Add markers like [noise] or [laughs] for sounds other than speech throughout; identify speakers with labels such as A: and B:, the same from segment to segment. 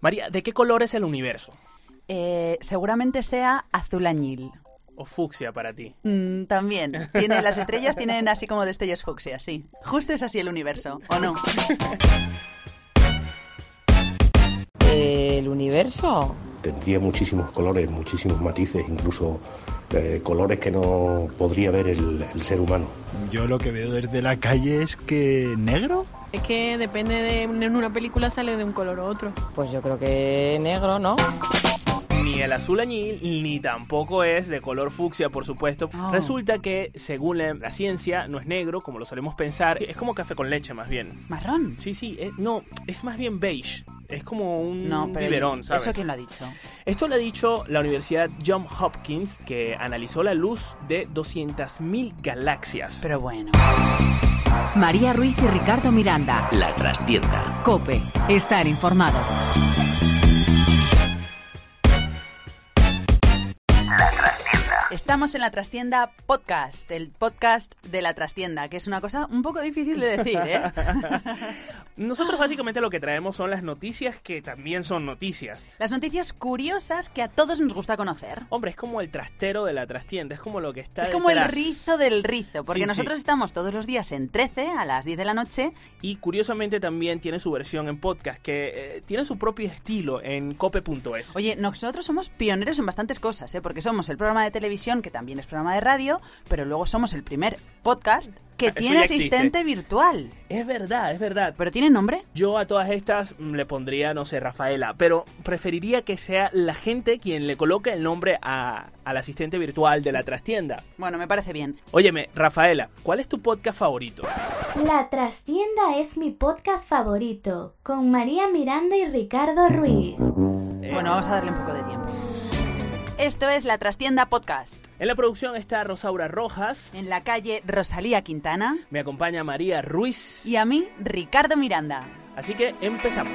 A: María, ¿de qué color es el universo?
B: Eh, seguramente sea azul añil.
A: ¿O fucsia para ti?
B: Mm, también. Tiene, las estrellas tienen así como destellos fucsia, sí. Justo es así el universo, ¿o no?
C: El universo.
D: Tendría muchísimos colores, muchísimos matices, incluso eh, colores que no podría ver el, el ser humano.
E: Yo lo que veo desde la calle es que negro.
F: Es que depende de. En una película sale de un color u otro.
C: Pues yo creo que negro, ¿no?
A: Ni el azul añil, ni tampoco es de color fucsia, por supuesto.
B: Oh.
A: Resulta que, según la, la ciencia, no es negro, como lo solemos pensar. Es como café con leche, más bien.
B: ¿Marrón?
A: Sí, sí, es- no, es más bien beige. Es como un
B: Mm, No, pero...
A: biberón, ¿sabes?
B: ¿Eso quién lo ha dicho?
A: Esto lo ha dicho la Universidad John Hopkins, que analizó la luz de 200.000 galaxias.
B: Pero bueno.
G: María Ruiz y Ricardo Miranda.
H: La trastienda.
G: Cope. Estar informado.
B: Estamos en la Trastienda Podcast, el podcast de la Trastienda, que es una cosa un poco difícil de decir, ¿eh?
A: [laughs] Nosotros básicamente lo que traemos son las noticias que también son noticias.
B: Las noticias curiosas que a todos nos gusta conocer.
A: Hombre, es como el trastero de la trastienda, es como lo que está
B: Es como el
A: detrás.
B: rizo del rizo, porque
A: Sí, sí.
B: nosotros estamos todos los días en 13 a las 10 de la noche.
A: Y curiosamente también tiene su versión en podcast, que eh, tiene su propio estilo en cope.es.
B: Oye, nosotros somos pioneros en bastantes cosas, ¿eh? porque somos el programa de televisión, que también es programa de radio, pero luego somos el primer podcast que
A: Ah, eso
B: tiene
A: ya existe.
B: asistente virtual.
A: Es verdad, es verdad.
B: ¿Pero tiene nombre?
A: Yo a todas estas mm, le pondría, no sé, Rafaela, pero preferiría que sea la gente quien le coloque el nombre a- al asistente virtual de la trastienda.
B: Bueno, me parece bien.
A: Óyeme, Rafaela, ¿cuál es tu podcast favorito? Eh,
I: La Trastienda es mi podcast favorito, con María Miranda y Ricardo Ruiz.
A: Eh,
B: Bueno, vamos a darle un poco de tiempo. Esto es La Trastienda Podcast.
A: En la producción está Rosaura Rojas,
B: En la calle Rosalía Quintana
A: me acompaña María Ruiz,
B: y a mí, Ricardo Miranda.
A: así que empezamos.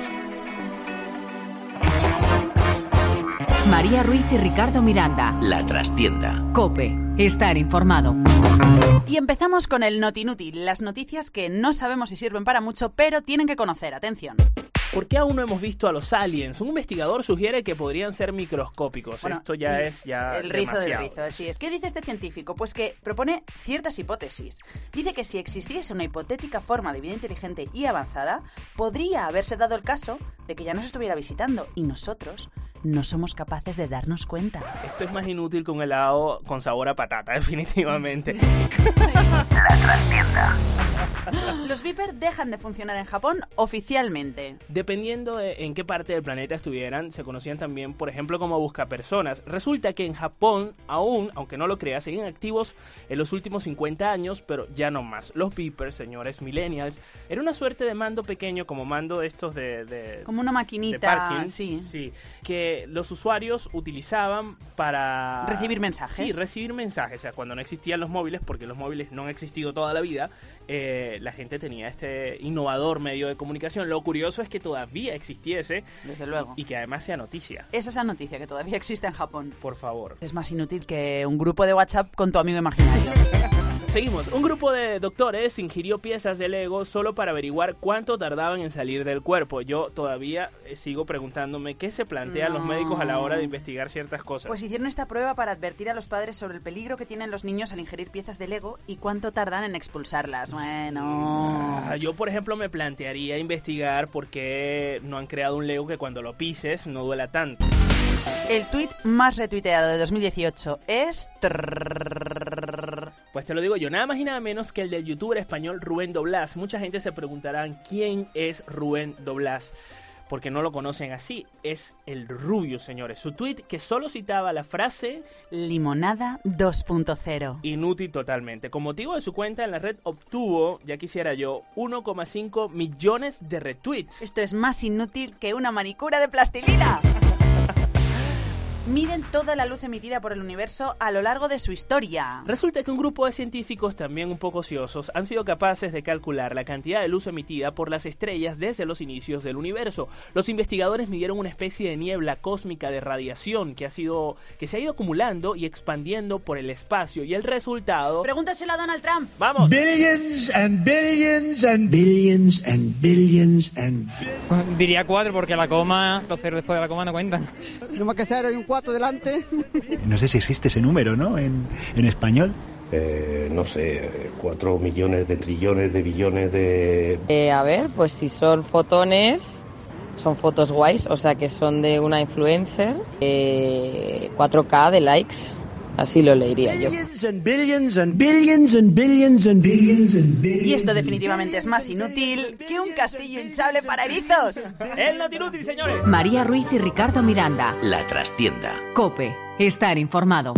G: María Ruiz y Ricardo Miranda.
H: La trastienda.
G: Cope. Estar informado.
B: Y empezamos con el notinútil, las noticias que no sabemos si sirven para mucho, pero tienen que conocer, atención.
A: ¿Por qué aún no hemos visto a los aliens? Un investigador sugiere que podrían ser microscópicos.
B: Bueno,
A: Esto ya es ya
B: El rizo
A: demasiado.
B: del rizo, así es. ¿Qué dice este científico? Pues que propone ciertas hipótesis. Dice que si existiese una hipotética forma de vida inteligente y avanzada, podría haberse dado el caso de que ya nos estuviera visitando y nosotros no somos capaces de darnos cuenta.
A: Esto es más inútil que un helado con sabor a patata, [laughs] definitivamente.
B: Los Viper dejan de funcionar en Japón oficialmente.
A: Dependiendo de en qué parte del planeta estuvieran, se conocían también, por ejemplo, como buscapersonas. Resulta que en Japón, aún, aunque no lo creas, siguen activos en los últimos 50 años, pero ya no más. Los beepers, señores millennials, era una suerte de mando pequeño, como mando de estos de... de-
B: Como una
A: de
B: maquinita.
A: parking,
B: sí.
A: que los usuarios utilizaban para
B: Recibir mensajes.
A: Sí, recibir mensajes. O sea, cuando no existían los móviles, porque los móviles no han existido toda la vida, eh, la gente tenía este innovador medio de comunicación. Lo curioso es que todavía existiese
B: Desde luego.
A: y que además sea noticia.
B: Esa es la noticia que todavía existe en Japón.
A: Por favor.
B: Es más inútil que un grupo de WhatsApp con tu amigo imaginario.
A: Seguimos. Un grupo de doctores ingirió piezas de Lego solo para averiguar cuánto tardaban en salir del cuerpo. Yo todavía eh, sigo preguntándome qué se plantean los
B: No.
A: médicos a la hora de investigar ciertas cosas.
B: Pues hicieron esta prueba para advertir a los padres sobre el peligro que tienen los niños al ingerir piezas de Lego y cuánto tardan en expulsarlas. Bueno.
A: Ah, Yo, por ejemplo, me plantearía investigar por qué no han creado un Lego que cuando lo pises no duela tanto.
B: El tuit más retuiteado de 2018 es...
A: Pues te lo digo yo, nada más y nada menos que el del youtuber español Rubén Doblas. Mucha gente se preguntarán quién es Rubén Doblas. Porque no lo conocen así, es el rubio, señores. Su tweet que solo citaba la frase
B: Limonada 2.0.
A: inútil totalmente. Con motivo de su cuenta en la red obtuvo, ya quisiera yo, 1,5 millones de retweets.
B: Esto es más inútil que una manicura de plastilina. miden toda la luz emitida por el universo a lo largo de su historia.
A: Resulta que un grupo de científicos también un poco ociosos han sido capaces de calcular la cantidad de luz emitida por las estrellas desde los inicios del universo. Los investigadores midieron una especie de niebla cósmica de radiación que ha sido que se ha ido acumulando y expandiendo por el espacio y el resultado
B: Pregúntaselo a Donald Trump.
A: Vamos.
E: Billions and billions and billions and billions and
J: [laughs] Diría cuatro porque la coma, los ceros después de la coma no cuentan.
E: No sé si existe ese número, ¿no? En, en español.
D: Eh, no sé, 4 millones de trillones de billones de...
C: Eh, a ver, pues si son fotones, son fotos guays, o sea que son de una influencer. eh, 4K de likes, así lo leería yo.
B: Y esto definitivamente es más inútil que un castillo hinchable para erizos.
A: El Natinútil, señores.
G: María Ruiz y Ricardo Miranda.
H: La trastienda.
G: Cope. Estar informado.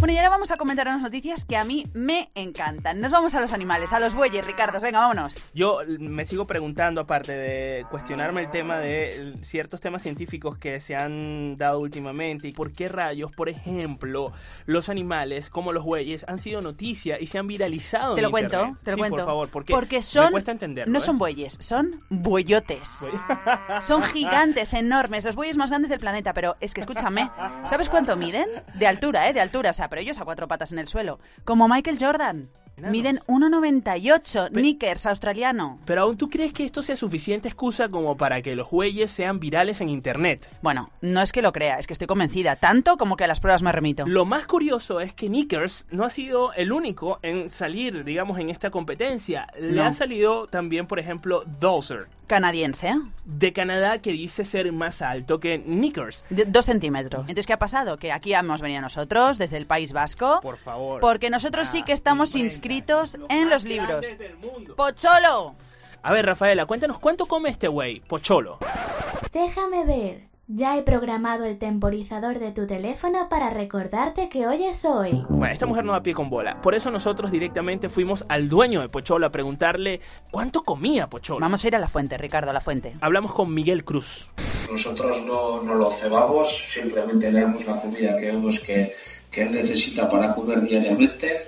B: Bueno, y ahora vamos a comentar unas noticias que a mí me encantan. Nos vamos a los animales, a los bueyes, Ricardo. Venga, vámonos.
A: Yo mm, me sigo preguntando, aparte de cuestionarme el tema de mm, ciertos temas científicos que se han dado últimamente, y por qué rayos, por ejemplo, los animales como los bueyes han sido noticia y se han viralizado.
B: Te
A: en
B: lo cuento,
A: Internet.
B: te lo
A: Sí,
B: cuento.
A: Por favor, porque,
B: son.
A: me cuesta entenderlo.
B: no
A: ¿eh?
B: son bueyes, son bueyotes.
A: Buey-
B: Son gigantes, enormes, los bueyes más grandes del planeta, pero es que escúchame, ¿sabes cuánto miden? De altura, ¿eh? De altura, o sea, pero ellos a cuatro patas en el suelo. Como Michael Jordan.
A: Enanos.
B: Miden 1,98, Knickers, australiano.
A: [laughs] Pero aún tú crees que esto sea suficiente excusa como para que los bueyes sean virales en internet.
B: Bueno, no es que lo crea, es que estoy convencida, tanto como que a las pruebas me remito.
A: Lo más curioso es que Knickers no ha sido el único en salir, digamos, en esta competencia. Le
B: No.
A: ha salido también, por ejemplo, Dozer.
B: Canadiense, ¿eh?
A: de Canadá que dice ser más alto que Knickers.
B: De- dos centímetros. Entonces, ¿qué ha pasado? Que aquí hemos venido nosotros, desde el País Vasco,
A: Por favor. Ah,
B: porque nosotros sí que estamos inscritos en los libros. ¡Pocholo!
A: A ver, Rafaela, cuéntanos cuánto come este güey, Pocholo.
I: Déjame ver. Ya he programado el temporizador de tu teléfono para recordarte que hoy es hoy.
A: Bueno, esta mujer no da pie con bola. Por eso nosotros directamente fuimos al dueño de Pocholo a preguntarle cuánto comía Pocholo.
B: Vamos a ir a la fuente, Ricardo, a la fuente.
A: Hablamos con Miguel Cruz.
K: Nosotros no, no lo cebamos, simplemente le damos la comida que vemos que, que él necesita para comer diariamente.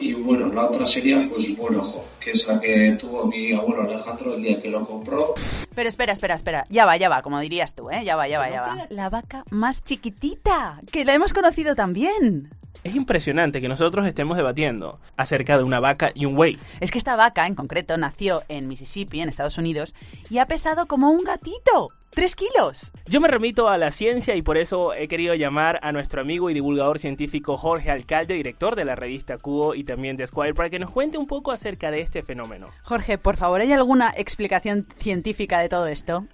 K: Y bueno, la otra sería pues buen ojo, que es la que tuvo mi abuelo Alejandro el día que lo compró.
B: Pero espera, espera, espera. Ya va, ya va, como dirías tú, ¿eh? Ya va, ya va, ya va. La vaca más chiquitita, que la hemos conocido también.
A: Es impresionante que nosotros estemos debatiendo acerca de una vaca y un güey.
B: Es que esta vaca, en concreto, nació en Mississippi, en Estados Unidos, y ha pesado como un gatito. ¡Tres kilos!
A: Yo me remito a la ciencia y por eso he querido llamar a nuestro amigo y divulgador científico Jorge Alcalde, director de la revista Cubo y también de Squire, para que nos cuente un poco acerca de este fenómeno.
B: Jorge, por favor, ¿hay alguna explicación científica de todo esto?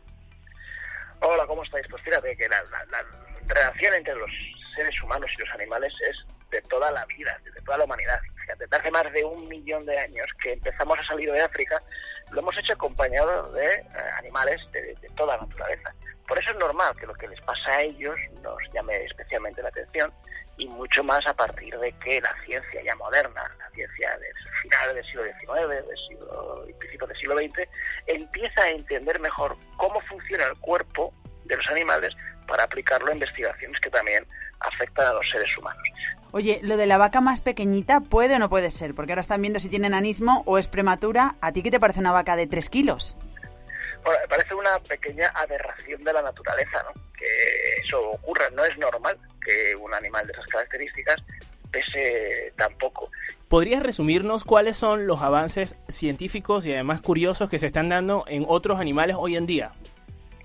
K: Hola, ¿cómo estáis? Pues fíjate que la, la- la relación entre los seres humanos y los animales es de toda la vida, de toda la humanidad. Fíjate, desde hace más de un millón de años que empezamos a salir de África, lo hemos hecho acompañado de eh, animales de, de toda la naturaleza. Por eso es normal que lo que les pasa a ellos nos llame especialmente la atención y mucho más a partir de que la ciencia ya moderna, la ciencia de finales del siglo XIX, del siglo, y principios del siglo XX, empieza a entender mejor cómo funciona el cuerpo de los animales para aplicarlo a investigaciones que también afectan a los seres humanos.
B: Oye, lo de la vaca más pequeñita puede o no puede ser, porque ahora están viendo si tiene nanismo o es prematura. ¿A ti qué te parece una vaca de 3 kilos?
K: Bueno, me parece una pequeña aberración de la naturaleza, ¿no? Que eso ocurra, no es normal que un animal de esas características pese tan poco.
A: ¿Podrías resumirnos cuáles son los avances científicos y además curiosos que se están dando en otros animales hoy en día?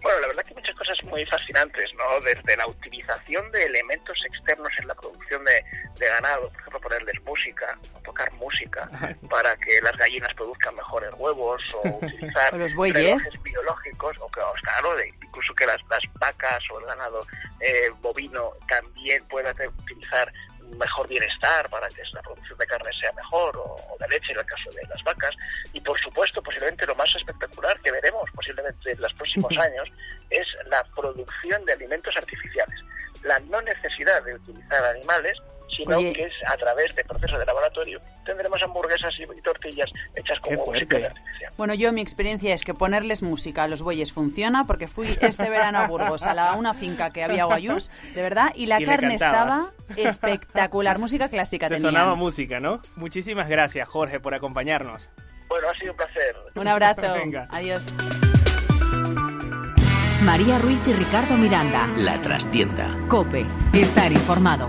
K: Bueno, la verdad que hay muchas cosas muy fascinantes, ¿no? Desde la utilización de elementos externos en la producción de, de ganado, por ejemplo, ponerles música, o tocar música
A: [laughs]
K: para que las gallinas produzcan mejores huevos, o
B: [laughs]
K: utilizar
B: O los bueyes.
K: relojes biológicos, o que, o, claro, de- incluso que las, las vacas o el ganado eh, bovino también pueda te- utilizar un mejor bienestar para que la producción de carne sea mejor o, o de leche en el caso de las vacas y por supuesto posiblemente lo más espectacular que veremos posiblemente en los
A: [laughs]
K: próximos años es la producción de alimentos artificiales la no necesidad de utilizar animales sino
B: Oye.
K: que es a través de procesos de laboratorio. Tendremos hamburguesas y y tortillas hechas con
A: Qué
K: huevos y
A: fuerte.
K: queso artificial.
B: Bueno, yo mi experiencia es que ponerles música a los bueyes funciona porque fui este verano a Burgos a la- a una finca que había guayús, de verdad, y la
A: Y le
B: carne estaba
A: cantabas.
B: espectacular, música clásica
A: Te
B: tenían.
A: sonaba música, ¿no? Muchísimas gracias, Jorge, por acompañarnos.
K: Bueno, ha sido un placer.
B: Un
A: [laughs]
B: abrazo.
A: Venga.
B: Adiós.
G: María Ruiz y Ricardo Miranda.
H: La trastienda.
G: Cope. Estar informado.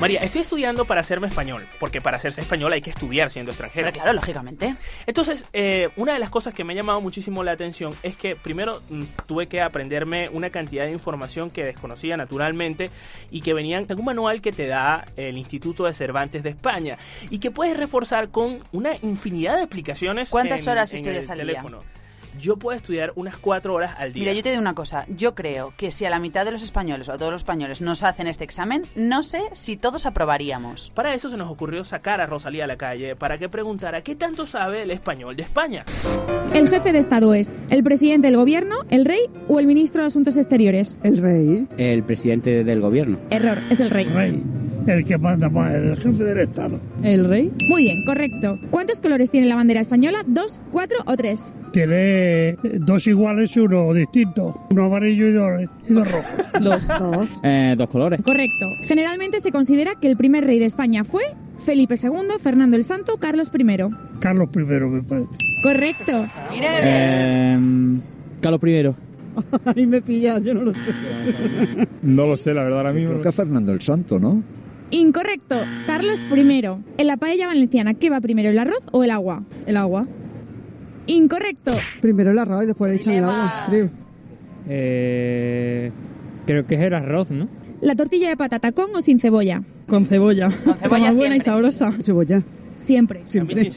A: María, estoy estudiando para hacerme español, porque para hacerse español hay que estudiar siendo extranjera.
B: Pero claro, lógicamente.
A: Entonces, eh, una de las cosas que me ha llamado muchísimo la atención es que primero mm, tuve que aprenderme una cantidad de información que desconocía naturalmente y que venían en un manual que te da el Instituto de Cervantes de España y que puedes reforzar con una infinidad de aplicaciones.
B: ¿Cuántas
A: en-
B: horas
A: en
B: estudias
A: el
B: al día?
A: teléfono. Yo puedo estudiar unas cuatro horas al día.
B: Mira, yo te digo una cosa. Yo creo que si a la mitad de los españoles o a todos los españoles nos hacen este examen, no sé si todos aprobaríamos.
A: Para eso se nos ocurrió sacar a Rosalía a la calle para que preguntara qué tanto sabe el español de España.
L: El jefe de Estado es el presidente del gobierno, el rey o el ministro de Asuntos Exteriores. El rey.
M: El presidente del gobierno.
L: Error, es el rey.
E: Rey, el que manda más, el jefe del Estado.
L: ¿El rey? Muy bien, correcto. ¿Cuántos colores tiene la bandera española? ¿Dos, cuatro o tres?
E: Tiene eh, dos iguales y uno distinto. Uno amarillo y dos, y dos rojos.
L: Dos. dos.
M: Eh, dos colores.
L: Correcto. Generalmente se considera que el primer rey de España fue Felipe II, Fernando el Santo, Carlos I.
E: Carlos I, me parece.
L: Correcto.
M: Carlos I.
L: Ahí me pillas, yo no lo sé.
N: No lo sé, la verdad, ahora mismo. Creo que Fernando el Santo, ¿no?
L: Incorrecto. Carlos I. En la paella valenciana, ¿qué va primero, el arroz o el agua? El agua. Incorrecto.
O: Primero el arroz y después le echan el agua, creo.
J: Eh, creo que es el arroz, ¿no?
L: La tortilla de patata con o sin cebolla. Con cebolla. Con
B: cebolla buena y siempre.
L: sabrosa. Cebolla. Siempre.
A: Siempre.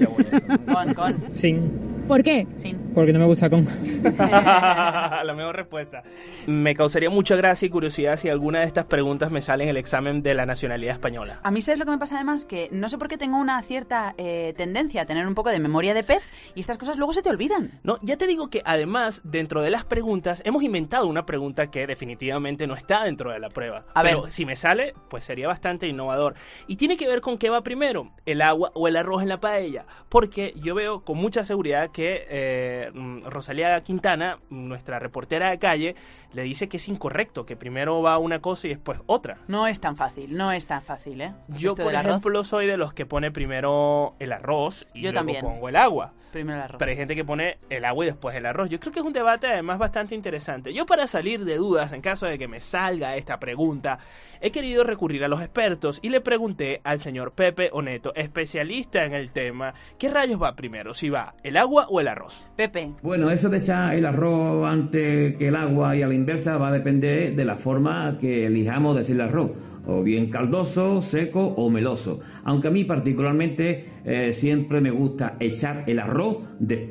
B: Con, con.
J: Sin.
L: ¿Por qué?
J: Porque no me gusta con.
A: [laughs] la mejor respuesta. Me causaría mucha gracia y curiosidad si alguna de estas preguntas me sale en el examen de la nacionalidad española.
B: A mí, ¿sabes lo que me pasa además? Que no sé por qué tengo una cierta eh, tendencia a tener un poco de memoria de pez y estas cosas luego se te olvidan.
A: No, ya te digo que además, dentro de las preguntas, hemos inventado una pregunta que definitivamente no está dentro de la prueba.
B: A
A: Pero
B: ver.
A: si me sale, pues sería bastante innovador. Y tiene que ver con qué va primero, el agua o el arroz en la paella. Porque yo veo con mucha seguridad que eh, mm, Rosalía Quintana, nuestra reportera de calle, le dice que es incorrecto, que primero va una cosa y después otra.
B: No es tan fácil, no es tan fácil, ¿eh?
A: Yo,
B: Esto
A: por
B: del arroz,
A: ejemplo, soy de los que pone primero el arroz y
B: Yo
A: luego
B: también.
A: pongo el agua.
B: Primero el arroz.
A: Pero hay gente que pone el agua y después el arroz. Yo creo que es un debate además bastante interesante. Yo para salir de dudas, en caso de que me salga esta pregunta, he querido recurrir a los expertos y le pregunté al señor Pepe Oneto, especialista en el tema, ¿qué rayos va primero? Si va el agua o el arroz.
B: Pepe.
P: Bueno, eso de echar el arroz antes que el agua y a la inversa va a depender de la forma que elijamos decir el arroz. O bien caldoso, seco o meloso. Aunque a mí particularmente eh, siempre me gusta echar el arroz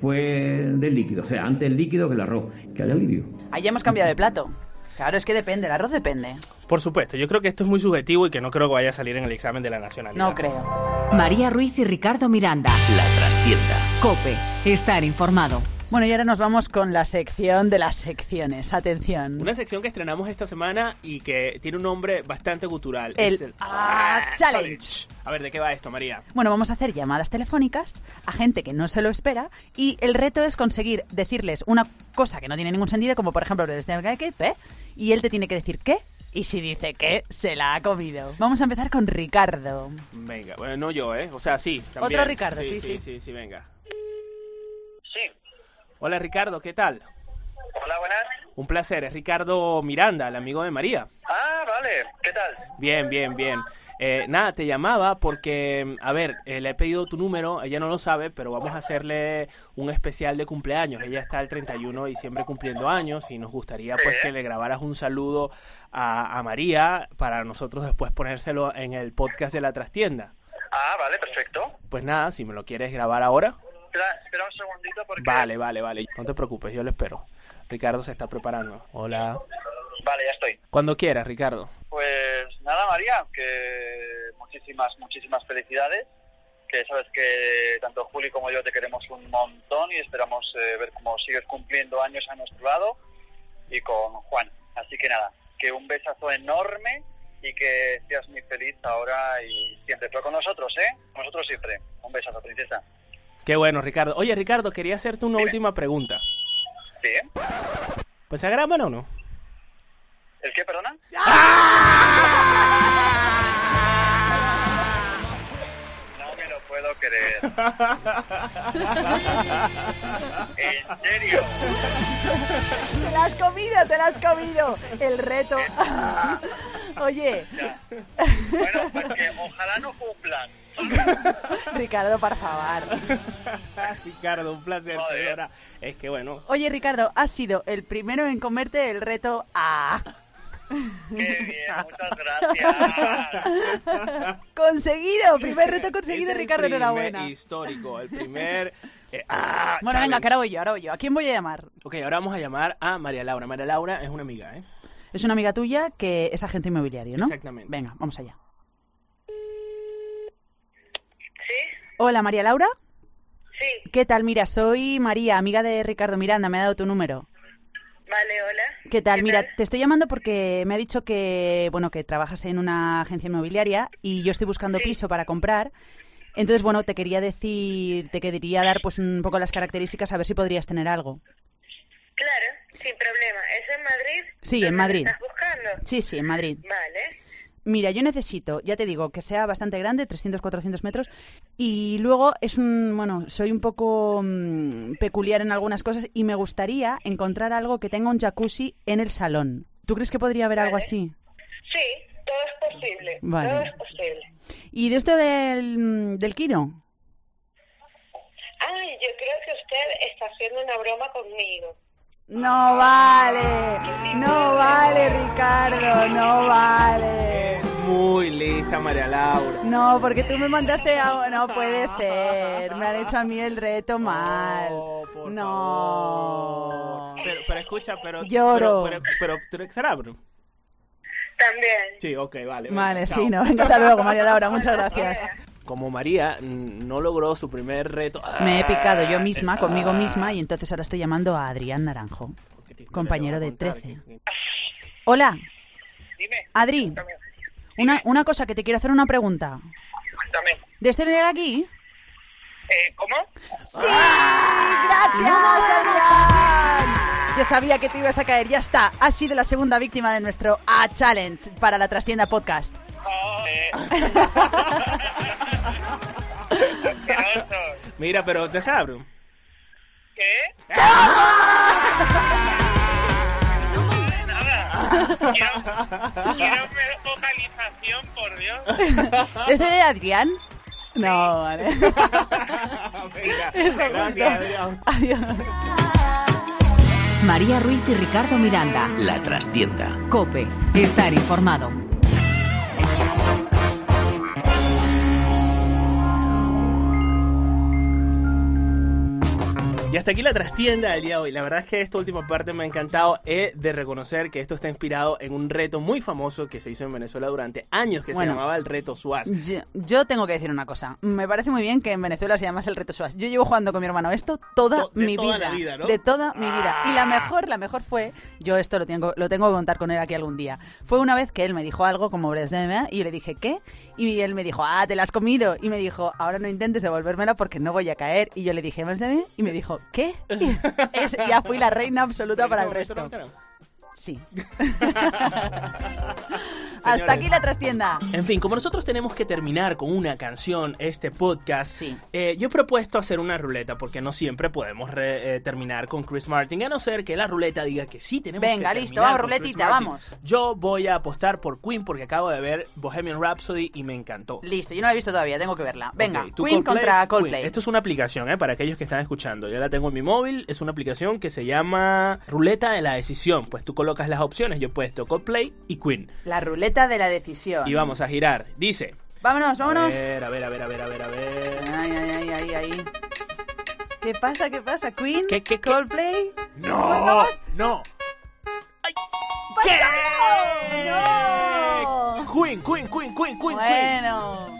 P: después del líquido. O sea, antes el líquido que el arroz. Que haya alivio.
B: Ahí ya hemos cambiado de plato. Claro, es que depende, el arroz depende.
A: Por supuesto, yo creo que esto es muy subjetivo y que no creo que vaya a salir en el examen de la nacionalidad.
B: No creo.
G: María Ruiz y Ricardo Miranda. La trastienda. Cope. Estar informado.
B: Bueno, y ahora nos vamos con la sección de las secciones. Atención.
A: Una sección que estrenamos esta semana y que tiene un nombre bastante cultural.
B: El
A: Es
B: Ah, Challenge.
A: A ver, ¿de qué va esto, María?
B: Bueno, vamos a hacer llamadas telefónicas a gente que no se lo espera y el reto es conseguir decirles una cosa que no tiene ningún sentido, como por ejemplo, ¿qué? ¿Eh? y él te tiene que decir qué, y si dice qué, se la ha comido. Vamos a empezar con Ricardo.
A: Venga, bueno, no yo, ¿eh? O sea, sí. también.
B: Otro Ricardo, sí,
A: sí,
B: sí.
A: sí, sí, venga. Sí. Hola, Ricardo, ¿qué tal?
K: Hola, buenas.
A: Un placer, es Ricardo Miranda, el amigo de María.
K: Ah, vale. ¿Qué tal?
A: Bien, bien, bien. Eh, nada, te llamaba porque, a ver, eh, le he pedido tu número, ella no lo sabe, pero vamos a hacerle un especial de cumpleaños. Ella está el 31 de diciembre cumpliendo años y nos gustaría pues que le grabaras un saludo a, a María para nosotros después ponérselo en el podcast de la trastienda.
K: Ah, vale, perfecto.
A: Pues nada, si me lo quieres grabar ahora.
K: Espera, espera un segundito porque...
A: Vale, vale, vale. No te preocupes, yo lo espero. Ricardo se está preparando. Hola.
K: Vale, ya estoy.
A: Cuando quieras, Ricardo.
K: Pues nada, María, que muchísimas, muchísimas felicidades. Que sabes que tanto Juli como yo te queremos un montón y esperamos eh, ver cómo sigues cumpliendo años a nuestro lado y con Juan. Así que nada, que un besazo enorme
Q: y que seas muy feliz ahora y siempre. Pero con nosotros, ¿eh? Nosotros siempre. Un besazo, princesa.
A: Qué bueno, Ricardo. Oye, Ricardo, quería hacerte una última pregunta.
Q: ¿Sí?
A: ¿Pues se agravan o no?
Q: ¿El qué, perdona?
B: ¡Ah!
Q: No me lo puedo creer. ¿En serio?
B: ¡Te la has comido, te la has comido! El
A: [laughs]
B: reto. Oye,
Q: Bueno, pues que ojalá no cumplan.
B: Ricardo, por favor.
A: Ricardo, un placer. de verdad. Es que bueno.
B: Oye, Ricardo, has sido el primero en comerte el reto A.
Q: Qué bien, muchas gracias.
B: Conseguido, primer reto conseguido,
A: [laughs] Es el
B: Ricardo,
A: primer
B: enhorabuena.
A: Histórico, el
B: [laughs]
A: primer. eh, ah,
B: Bueno, venga,
A: challenge.
B: que ahora voy yo, ahora voy yo. ¿A quién voy a llamar?
A: Ok, ahora vamos a llamar a María Laura. María Laura es una amiga, ¿eh?
B: Es una amiga tuya que es agente inmobiliario, ¿no?
A: Exactamente.
B: Venga, vamos allá. Hola, María Laura.
R: Sí.
B: ¿Qué tal? Mira, soy María, amiga de Ricardo Miranda, me ha dado tu número.
R: Vale, hola.
B: ¿Qué tal? Mira, te estoy llamando porque me ha dicho que, bueno, que trabajas en una agencia inmobiliaria y yo estoy buscando piso para comprar. Entonces, bueno, te quería decir, te quería dar pues un poco las características a ver si podrías tener algo.
R: Claro, sin problema. ¿Es en Madrid?
B: Sí,
R: ¿Dónde
B: en
R: me
B: Madrid.
R: ¿Estás buscando?
B: Sí, sí, en Madrid.
R: Vale.
B: Mira, yo necesito, ya te digo, que sea bastante grande, 300, 400 metros, y luego es un, bueno, soy un poco mm, peculiar en algunas cosas y me gustaría encontrar algo que tenga un jacuzzi en el salón. ¿Tú crees que podría haber algo así?
R: Sí, todo es posible.
B: Vale.
R: Todo
K: Ah.
R: es posible.
B: ¿Y de esto del, mm, del Kino?
R: Ay, yo creo que usted está haciendo una broma conmigo.
B: No vale, no vale, Ricardo, no vale.
A: Muy lista, María Laura.
B: No, porque tú me mandaste a... No puede ser, me han hecho a mí el reto mal. No.
A: Oh, Pero, pero escucha, pero.
B: Lloro.
A: Pero, pero, pero, ¿tú eres cerebro?
R: También.
A: Sí, ok, vale. venga,
B: Vale,
A: chao.
B: sí, no, venga, hasta luego, María Laura, muchas gracias.
A: Como María mm, no logró su primer reto. Ah,
B: Me he picado yo
A: Eh,
B: misma, conmigo misma, y entonces ahora estoy llamando a Adrián Naranjo, compañero de 13. Hola. Adri, una, una cosa que te quiero hacer una pregunta. ¿De este llegar aquí?
R: ¿Cómo?
B: ¡Sí! ¡Gracias, Adrián! Yo sabía que te ibas a caer, ya está. Has sido la segunda víctima de nuestro A Challenge para la Trastienda Podcast.
A: Mira, pero ¿tú eres
B: [laughs]
A: cerebro?
Q: Quiero ver vocalización, por Dios.
B: ¿Este de Adrián? No, vale.
G: Eso
B: gusta.
G: María Ruiz y Ricardo Miranda.
H: La trastienda.
G: Cope. Estar informado.
A: Y hasta aquí la trastienda del día de hoy. La verdad es que esta última parte me ha encantado. He de reconocer que esto está inspirado en un reto muy famoso que se hizo en Venezuela durante años que
B: Bueno.
A: se llamaba el reto Suaz.
B: Yo, yo tengo que decir una cosa. Me parece muy bien que en Venezuela se llamase el reto SOAS. Yo llevo jugando con mi hermano esto toda
A: de
B: mi
A: toda
B: vida.
A: la vida, ¿no? Ah.
B: De toda mi vida. Y la mejor, la mejor fue, yo esto lo tengo, lo tengo que contar con él aquí algún día. Fue una vez que él me dijo algo como "Bresdeme", y yo le dije, ¿qué? Y él me dijo, ah, te la has comido. Y me dijo, ahora no intentes devolvérmela porque no voy a caer. Y yo le dije, "Bresdeme", y me dijo, ¿qué? Y [laughs] es- ya fui la reina absoluta para el resto. [laughs]
A: [laughs]
B: Sí. Hasta aquí la trastienda.
A: En fin, como nosotros tenemos que terminar con una canción este podcast, eh, yo he propuesto hacer una ruleta porque no siempre podemos re- eh, terminar con Chris Martin, a no ser que la ruleta diga que sí tenemos que
B: Venga, listo,
A: terminar
B: vamos,
A: con Chris
B: ruletita,
A: Martin.
B: vamos.
A: Yo voy a apostar por Queen porque acabo de ver Bohemian Rhapsody y me encantó.
B: Listo, yo no la he visto todavía, tengo que verla. Venga,
A: Ok, tú
B: Queen contra Coldplay.
A: Queen. Esto es una aplicación, ¿eh? Para aquellos que están escuchando. Yo la tengo en mi móvil. Es una aplicación que se llama Ruleta de la Decisión. Pues tú colocas las opciones. Yo he puesto Coldplay y Queen.
B: La ruleta de la decisión.
A: Y vamos a girar. Dice...
B: Vámonos,
A: A
B: vámonos.
A: ver, a ver, a ver, a ver, a ver, a ver.
B: Ay, ay, ay, ay, ay. ¿Qué pasa? ¿Qué pasa? ¿Queen?
A: ¿Qué, qué, qué?
B: ¿Coldplay? Pues
A: ¡No! ¡No!
B: ¡Pasa! ¡No!
A: Queen, Queen, Queen, Queen, Queen,
B: Bueno.
A: Queen.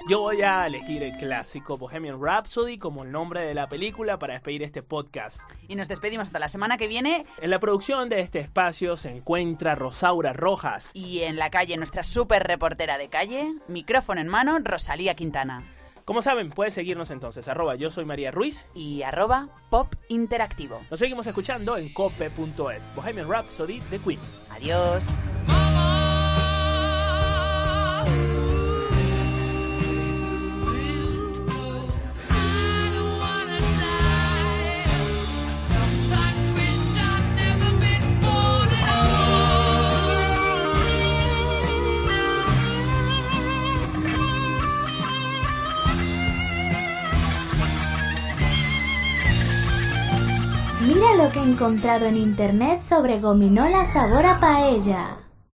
A: Yo voy a elegir el clásico Bohemian Rhapsody como el nombre de la película para despedir este podcast.
B: Y nos despedimos hasta la semana que viene.
A: En la producción de este espacio se encuentra Rosaura Rojas.
B: Y en la calle, nuestra super reportera de calle, micrófono en mano, Rosalía Quintana.
A: Como saben, puedes seguirnos entonces, arroba yo soy María Ruiz
B: y arroba pop interactivo.
A: Nos seguimos escuchando en cope.es. Bohemian Rhapsody de Queen.
B: Adiós.
I: Mira lo que he encontrado en internet sobre gominola sabor a paella.